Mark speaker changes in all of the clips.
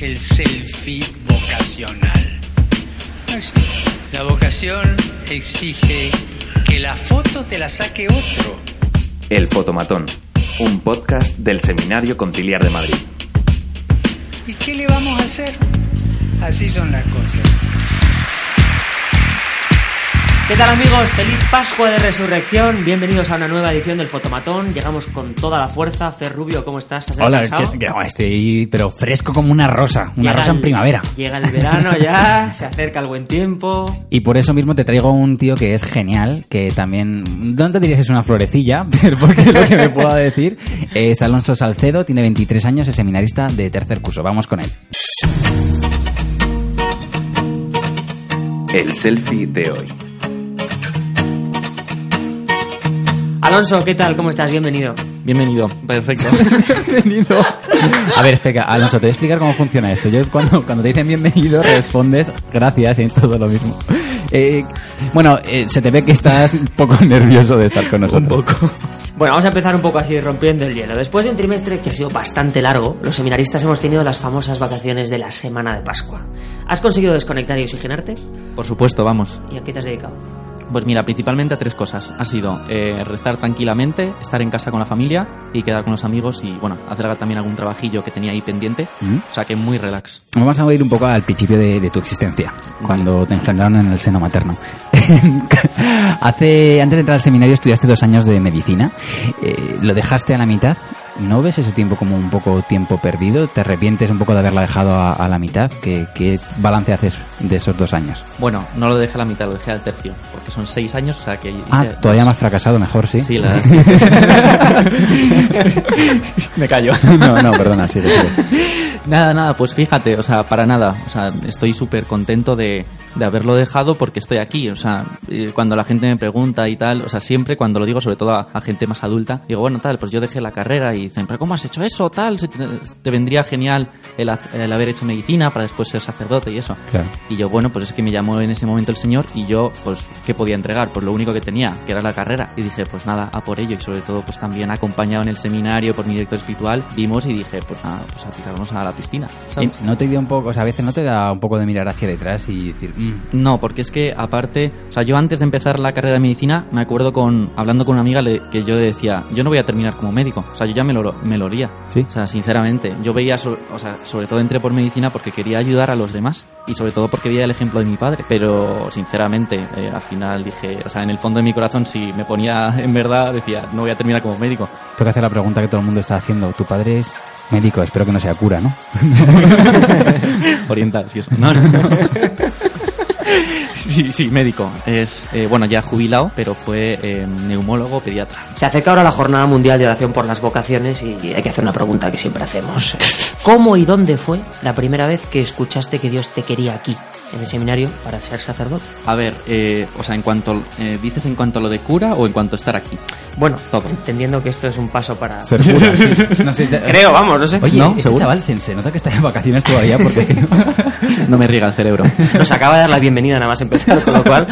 Speaker 1: el selfie vocacional. La vocación exige que la foto te la saque otro.
Speaker 2: El Fotomatón, un podcast del Seminario Conciliar de Madrid.
Speaker 1: ¿Y qué le vamos a hacer? Así son las cosas.
Speaker 3: ¿Qué tal amigos? Feliz Pascua de Resurrección. Bienvenidos a una nueva edición del Fotomatón. Llegamos con toda la fuerza. Fer Rubio, ¿cómo estás? ¿Has
Speaker 4: Hola,
Speaker 3: descansado?
Speaker 4: que- que- no, estoy pero fresco como una rosa, una
Speaker 3: Llega
Speaker 4: rosa en
Speaker 3: el-
Speaker 4: primavera.
Speaker 3: Llega el verano ya, se acerca el buen tiempo.
Speaker 4: Y por eso mismo te traigo un tío que es genial, que también, no te dirías que es una florecilla, pero porque lo que me puedo decir es Alonso Salcedo, tiene 23 años, es seminarista de tercer curso. Vamos con él.
Speaker 2: El selfie de hoy.
Speaker 3: Alonso, ¿qué tal? ¿Cómo estás? Bienvenido.
Speaker 5: Bienvenido. Perfecto.
Speaker 4: Bienvenido. A ver, espera, Alonso, te voy a explicar cómo funciona esto. Yo cuando, cuando te dicen bienvenido respondes gracias y todo lo mismo. Eh, bueno, eh, se te ve que estás un poco nervioso de estar con nosotros.
Speaker 3: Bueno, vamos a empezar un poco así rompiendo el hielo. Después de un trimestre que ha sido bastante largo, los seminaristas hemos tenido las famosas vacaciones de la semana de Pascua. ¿Has conseguido desconectar y oxigenarte?
Speaker 5: Por supuesto, vamos.
Speaker 3: ¿Y a qué te has dedicado?
Speaker 5: Pues mira, principalmente a tres cosas. Ha sido eh, rezar tranquilamente, estar en casa con la familia y quedar con los amigos y, bueno, hacer también algún trabajillo que tenía ahí pendiente.
Speaker 4: ¿Mm?
Speaker 5: O sea que muy relax.
Speaker 4: Vamos a ir un poco al principio de, de tu existencia, cuando te engendraron en el seno materno. Hace, antes de entrar al seminario estudiaste dos años de medicina, eh, lo dejaste a la mitad. ¿No ves ese tiempo como un poco tiempo perdido? ¿Te arrepientes un poco de haberla dejado a, a la mitad? ¿Qué, qué balance haces de esos dos años?
Speaker 5: Bueno, no lo dejé a la mitad, lo dejé al tercio, porque son seis años, o sea que...
Speaker 4: Ah,
Speaker 5: hice-
Speaker 4: todavía más fracasado, mejor, ¿sí?
Speaker 5: Sí, la
Speaker 4: Me callo. No, no, perdona, sigue, sigue.
Speaker 5: Nada, nada, pues fíjate, o sea, para nada. O sea, estoy súper contento de, de haberlo dejado porque estoy aquí. O sea, eh, cuando la gente me pregunta y tal, o sea, siempre cuando lo digo, sobre todo a, a gente más adulta, digo, bueno, tal, pues yo dejé la carrera y dicen, pero ¿cómo has hecho eso? Tal, si te, te vendría genial el, ha- el haber hecho medicina para después ser sacerdote y eso.
Speaker 4: Claro.
Speaker 5: Y yo, bueno, pues es que me llamó en ese momento el señor y yo, pues, ¿qué podía entregar? Pues lo único que tenía, que era la carrera. Y dije, pues nada, a por ello. Y sobre todo, pues también acompañado en el seminario por mi director espiritual, vimos y dije, pues nada, pues a tirarnos a la piscina.
Speaker 4: ¿Y
Speaker 5: ¿sabes?
Speaker 4: ¿No te dio un poco, o sea, a veces no te da un poco de mirar hacia detrás y decir, "Mm,
Speaker 5: No, porque es que aparte, o sea, yo antes de empezar la carrera de medicina, me acuerdo con hablando con una amiga le- que yo le decía, yo no voy a terminar como médico, o sea, yo ya me lo, me lo haría.
Speaker 4: Sí.
Speaker 5: O sea, sinceramente, yo veía, so- o sea, sobre todo entré por medicina porque quería ayudar a los demás y sobre todo porque veía el ejemplo de mi padre, pero sinceramente, eh, al final dije, o sea, en el fondo de mi corazón, si me ponía en verdad, decía, no voy a terminar como médico.
Speaker 4: Tengo que hacer la pregunta que todo el mundo está haciendo. Tu padre es médico, espero que no sea cura, ¿no?
Speaker 5: Oriental, sí, eso. No, no, no. Sí, sí, médico. Es, eh, bueno, ya jubilado, pero fue eh, neumólogo pediatra.
Speaker 3: Se acerca ahora la Jornada Mundial de Oración por las Vocaciones y hay que hacer una pregunta que siempre hacemos. ¿Cómo y dónde fue la primera vez que escuchaste que Dios te quería aquí, en el seminario, para ser sacerdote?
Speaker 5: A ver, eh, o sea, en cuanto eh, dices en cuanto a lo de cura o en cuanto a estar aquí.
Speaker 3: Bueno,
Speaker 5: Todo.
Speaker 3: entendiendo que esto es un paso para...
Speaker 4: cura, sí. No sé, ya-
Speaker 3: Creo, vamos, no sé.
Speaker 4: Oye,
Speaker 5: ¿No?
Speaker 4: este
Speaker 5: ¿Seguro?
Speaker 4: chaval se, se nota que está de vacaciones todavía porque...
Speaker 5: eh, No me riega el cerebro.
Speaker 3: Nos acaba de dar la bienvenida nada más empezar, con lo cual...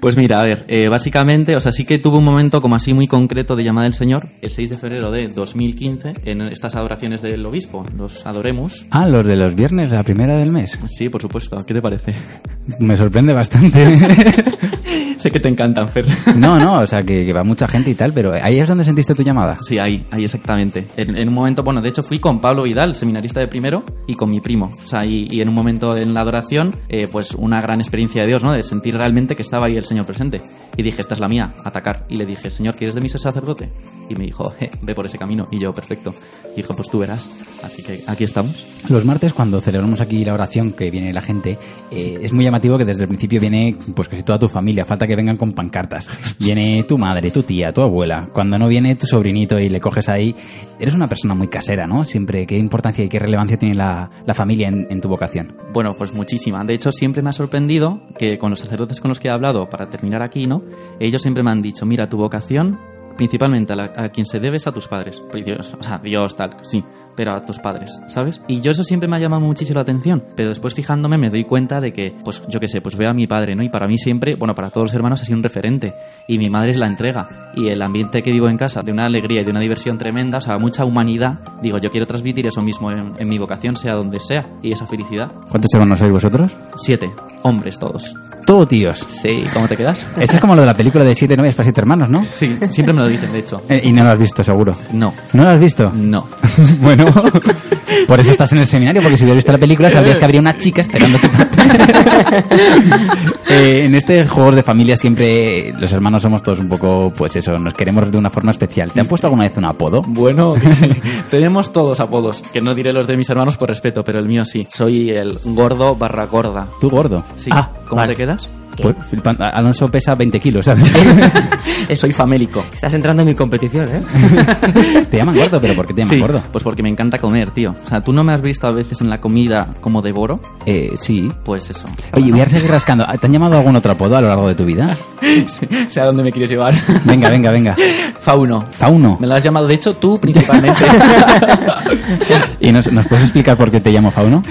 Speaker 5: Pues mira, a ver, eh, básicamente, o sea, sí que tuve un momento como así muy concreto de llamada del Señor, el 6 de febrero de 2015, en estas adoraciones del obispo, los adoremus.
Speaker 4: Ah, los de los viernes, la primera del mes.
Speaker 5: Sí, por supuesto, ¿qué te parece?
Speaker 4: Me sorprende bastante.
Speaker 5: sé que te encantan, Fer.
Speaker 4: No, no, o sea, que, que va mucha gente y tal, pero ahí es donde sentiste tu llamada.
Speaker 5: Sí, ahí, ahí exactamente. En, en un momento, bueno, de hecho fui con Pablo Vidal, seminarista de primero, y con mi primo. O sea, y, y en un momento en la adoración, eh, pues una gran experiencia de Dios, ¿no? De sentir realmente que estaba ahí el Señor presente. Y dije, esta es la mía, atacar. Y le dije, Señor, ¿quieres de mí ser sacerdote? Y me dijo, "Je, ve por ese camino. Y yo, perfecto. Y dijo, pues tú verás. Así que aquí estamos.
Speaker 4: Los martes, cuando celebramos aquí la oración que viene la gente, eh, es muy llamativo que desde el principio viene pues casi toda tu familia, falta que vengan con pancartas. Viene tu madre, tu tía, tu abuela. Cuando no viene tu sobrinito y le coges ahí, eres una persona muy casera, ¿no? Siempre, ¿qué importancia y qué relevancia tiene la, la familia en, en tu vocación?
Speaker 5: Bueno, pues muchísima. De hecho, siempre me ha sorprendido que con los sacerdotes con los que he hablado, para terminar aquí, ¿no? Ellos siempre me han dicho, mira, tu vocación principalmente a, la- a quien se debe es a tus padres. Pues Dios, o sea, Dios tal, sí, pero a tus padres, ¿sabes? Y yo eso siempre me ha llamado muchísimo la atención, pero después fijándome me doy cuenta de que, pues yo qué sé, pues veo a mi padre, ¿no? Y para mí siempre, bueno, para todos los hermanos ha sido un referente. Y mi madre es la entrega. Y el ambiente que vivo en casa, de una alegría y de una diversión tremenda, o sea, mucha humanidad, digo, yo quiero transmitir eso mismo en, en mi vocación, sea donde sea, y esa felicidad.
Speaker 4: ¿Cuántos hermanos sois vosotros?
Speaker 5: Siete, hombres todos.
Speaker 4: Todo tíos.
Speaker 5: Sí, ¿cómo te quedas?
Speaker 4: Eso es como lo de la película de siete novias para siete hermanos, ¿no?
Speaker 5: Sí, siempre me lo dicen, de hecho.
Speaker 4: Eh, y no lo has visto, seguro.
Speaker 5: No,
Speaker 4: ¿No lo has visto?
Speaker 5: no.
Speaker 4: bueno, por eso estás en el seminario, porque si hubieras visto la película sabrías que habría una chica esperándote. Eh, en este juego de familia siempre los hermanos somos todos un poco, pues eso, nos queremos de una forma especial. ¿Te han puesto alguna vez un apodo?
Speaker 5: Bueno, tenemos todos apodos, que no diré los de mis hermanos por respeto, pero el mío sí. Soy el gordo barra gorda.
Speaker 4: Tú gordo.
Speaker 5: Sí.
Speaker 3: Ah,
Speaker 5: ¿Cómo
Speaker 3: vale.
Speaker 5: te quedas?
Speaker 4: Pues, flipando. Alonso pesa 20 kilos, ¿sabes?
Speaker 5: Soy famélico.
Speaker 3: Estás entrando en mi competición, ¿eh?
Speaker 4: te llaman gordo, pero ¿por qué te llaman
Speaker 5: Sí,
Speaker 4: gordo?
Speaker 5: pues porque me encanta comer, tío. O sea, tú no me has visto a veces en la comida como devoro,
Speaker 4: Eh, sí.
Speaker 5: pues eso.
Speaker 4: Oye, voy
Speaker 5: Bueno,
Speaker 4: a seguir rascando. ¿Te han llamado algún otro apodo a lo largo de tu vida?
Speaker 5: sé a dónde me quieres llevar.
Speaker 4: Venga, venga, venga.
Speaker 5: Fauno.
Speaker 4: Fauno.
Speaker 5: Me lo has llamado, de hecho, tú principalmente.
Speaker 4: ¿Y nos, nos puedes explicar por qué te llamo Fauno?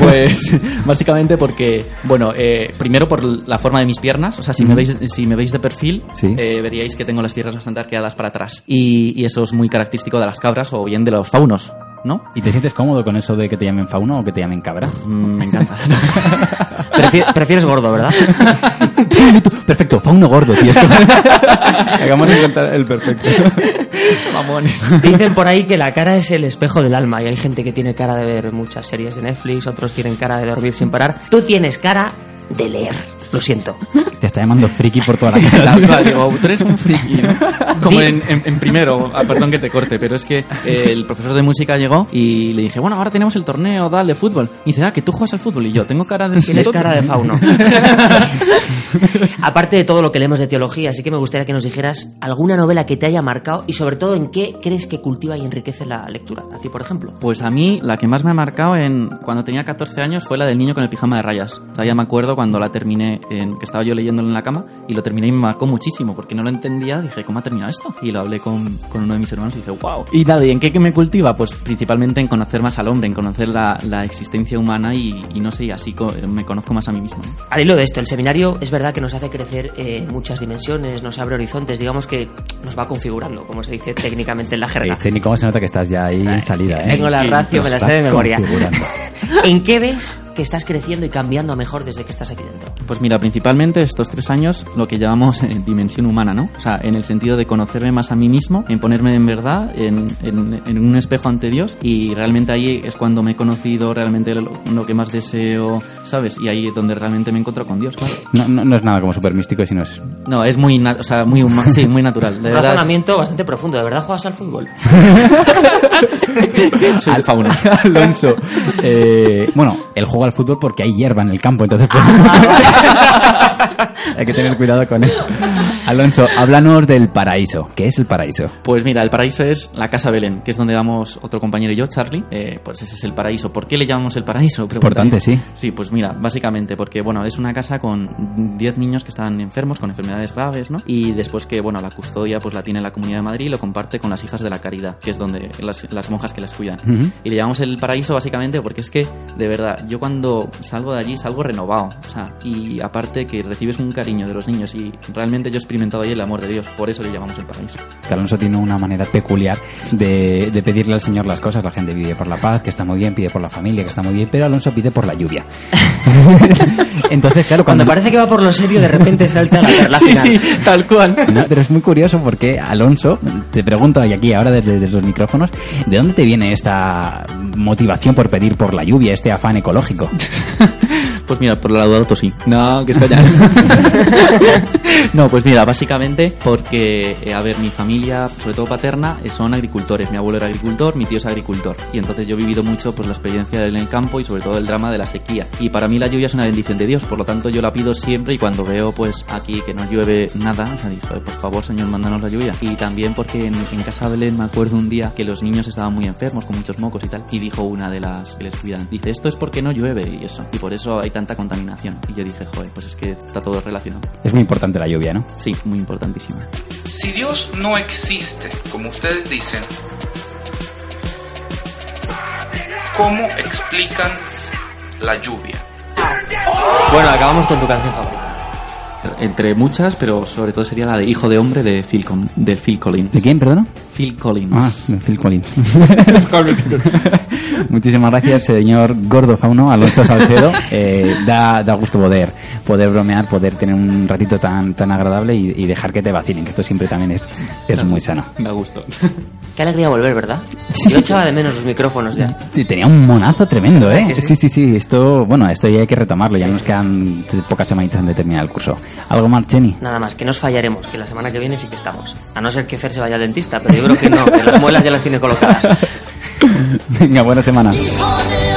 Speaker 5: Pues básicamente porque, bueno, eh, primero por la forma de mis piernas, o sea, si me veis, si me veis de perfil,
Speaker 4: Sí.
Speaker 5: eh, veríais que tengo las piernas bastante arqueadas para atrás. Y, y eso es muy característico de las cabras o bien de los faunos, ¿no?
Speaker 4: ¿Y te sientes cómodo con eso de que te llamen fauno o que te llamen cabra?
Speaker 5: Mm, me encanta.
Speaker 3: Prefi- prefieres gordo, ¿verdad?
Speaker 4: Perfecto, fauno gordo, tío. Hagamos de encontrar el perfecto.
Speaker 5: Mamones.
Speaker 3: Dicen por ahí que la cara es el espejo del alma y hay gente que tiene cara de ver muchas series de Netflix, otros tienen cara de dormir sin parar. Tú tienes cara de leer, lo siento.
Speaker 4: Te está llamando friki por toda la
Speaker 5: Sí,
Speaker 4: casa.
Speaker 5: tal cual, digo, tú eres un friki, ¿no? Como en, en- en primero, ah, perdón que te corte, pero es que eh, el profesor de música llegó y le dije, bueno, ahora tenemos el torneo, tal, de fútbol. Y dice, ah, que tú juegas al fútbol. Y yo, tengo cara de...
Speaker 3: Tienes cara de fauno. Aparte de todo lo que leemos de teología, así que me gustaría que nos dijeras alguna novela que te haya marcado y sobre todo en qué crees que cultiva y enriquece la lectura. A ti, por ejemplo.
Speaker 5: Pues a mí la que más me ha marcado en cuando tenía 14 años fue la del niño con el pijama de rayas. Todavía me acuerdo cuando la terminé, en, que estaba yo leyéndolo en la cama y lo terminé y me marcó muchísimo porque no lo entendía. Dije, ¿cómo ha terminado esto? Y lo hablé con, con uno de mis hermanos y dije, wow. Y nada, ¿y en qué que me cultiva? Pues principalmente en conocer más al hombre, en conocer la, la existencia humana y, y no sé, y así co- me conozco más a mí mismo. ¿no?
Speaker 3: Al hilo de esto, el seminario es verdad que nos hace crecer eh, muchas dimensiones, nos abre horizontes, digamos que nos va configurando, como se dice técnicamente en la jerga.
Speaker 4: Eh, che, ni cómo se nota que estás ya ahí en salida, ¿eh?
Speaker 3: Tengo la
Speaker 5: Sí,
Speaker 3: ratio,
Speaker 4: Nos
Speaker 3: me la
Speaker 4: estás
Speaker 3: sé de memoria.
Speaker 4: configurando.
Speaker 3: ¿En qué ves que estás creciendo y cambiando a mejor desde que estás aquí dentro?
Speaker 5: Pues mira, principalmente estos tres años lo que llamamos eh, dimensión humana, ¿no? O sea, en el sentido de conocerme más a mí mismo, en ponerme en verdad, en, en- en un espejo ante Dios y realmente ahí es cuando me he conocido realmente lo, lo que más deseo, ¿sabes? Y ahí es donde realmente me encuentro con Dios, claro.
Speaker 4: No, no, no es nada como super místico, sino es...
Speaker 5: No, es muy, na- o sea, muy, huma- sí, muy natural. De
Speaker 3: Un
Speaker 5: verdad,
Speaker 3: razonamiento bastante profundo, ¿de verdad juegas al fútbol?
Speaker 5: soy el fauno.
Speaker 4: Alonso. eh, bueno, el juego al fútbol porque hay hierba en el campo, entonces pues, Ah, hay que tener cuidado con él. Alonso, háblanos del paraíso. ¿Qué es el paraíso?
Speaker 5: Pues mira, el paraíso es la Casa Belén, que es donde vamos otro compañero y yo, Charlie. Eh, pues ese es el paraíso. ¿Por qué le llamamos el paraíso? Pregunta
Speaker 4: Importante, sí.
Speaker 5: Sí, pues mira, básicamente porque, bueno, es una casa con 10 niños que están enfermos, con enfermedades graves, ¿no? Y después que, bueno, la custodia pues la tiene la Comunidad de Madrid y lo comparte con las hijas de la caridad, que es donde las, las monjas que las cuidan.
Speaker 4: Ujú.
Speaker 5: Y le llamamos el paraíso básicamente porque es que, de verdad, yo cuando salgo de allí salgo renovado. O sea, y aparte que recibes un cariño de los niños y realmente yo he experimentado ahí el amor de Dios, por eso le llamamos el paraíso.
Speaker 4: que Alonso tiene una manera peculiar de, de pedirle al Señor las cosas. La gente pide por la paz, que está muy bien, pide por la familia, que está muy bien, pero Alonso pide por la lluvia. Entonces, claro,
Speaker 3: Cuando
Speaker 4: cuando...
Speaker 3: parece que va por lo serio, de repente salta la perla final.
Speaker 5: tal cual.
Speaker 4: No, pero es muy curioso porque Alonso, te pregunto y aquí ahora desde, desde los micrófonos, ¿de dónde te viene esta motivación por pedir por la lluvia, este afán ecológico?
Speaker 5: Pues mira, por el lado de auto sí. No, que es coña. no, pues mira, básicamente porque, eh, a ver, mi familia, sobre todo paterna, eh, son agricultores. Mi abuelo era agricultor, mi tío es agricultor. Y entonces yo he vivido mucho pues la experiencia en el campo y sobre todo el drama de la sequía. Y para mí la lluvia es una bendición de Dios, por lo tanto yo la pido siempre y cuando veo pues aquí que no llueve nada, o sea, digo, "Eh, por favor Señor, mándanos la lluvia. Y también porque en, en Casa Belén me acuerdo un día que los niños estaban muy enfermos, con muchos mocos y tal, y dijo una de las que les cuidan, dice, esto es porque no llueve y eso. Y por eso hay tan tanta contaminación. Y yo dije, joder, pues es que está todo relacionado.
Speaker 4: Es muy importante la lluvia, ¿no?
Speaker 5: Sí, muy importantísima.
Speaker 6: Si Dios no existe, como ustedes dicen, ¿cómo explican la lluvia?
Speaker 3: Bueno, acabamos con tu canción favorita.
Speaker 5: Entre muchas, pero sobre todo sería la de Hijo de Hombre de Phil, Con- de Phil Collins.
Speaker 4: ¿De quién, perdona?
Speaker 5: Phil Collins.
Speaker 4: Ah, de Phil Collins. Muchísimas gracias, señor Gordo Fauno, Alonso Salcedo. Eh, da, da gusto poder, poder bromear, poder tener un ratito tan, tan agradable y, y dejar que te vacilen, que esto siempre también es, es muy sano.
Speaker 5: Me gustó.
Speaker 3: Qué alegría volver, ¿verdad? Yo echaba de menos los micrófonos ya.
Speaker 4: Sí, Tenía un monazo tremendo, ¿eh?
Speaker 3: que sí?
Speaker 4: Sí, sí, sí. Esto, bueno, esto ya hay que retomarlo. Ya nos quedan pocas semanitas de terminar el curso. ¿Algo más, Cheni?
Speaker 3: Nada más, que nos fallaremos, que la semana que viene sí que estamos. A no ser que Fer se vaya al dentista, pero yo creo que no, que las muelas ya las tiene colocadas.
Speaker 4: Venga, buena semana.
Speaker 7: Hijo de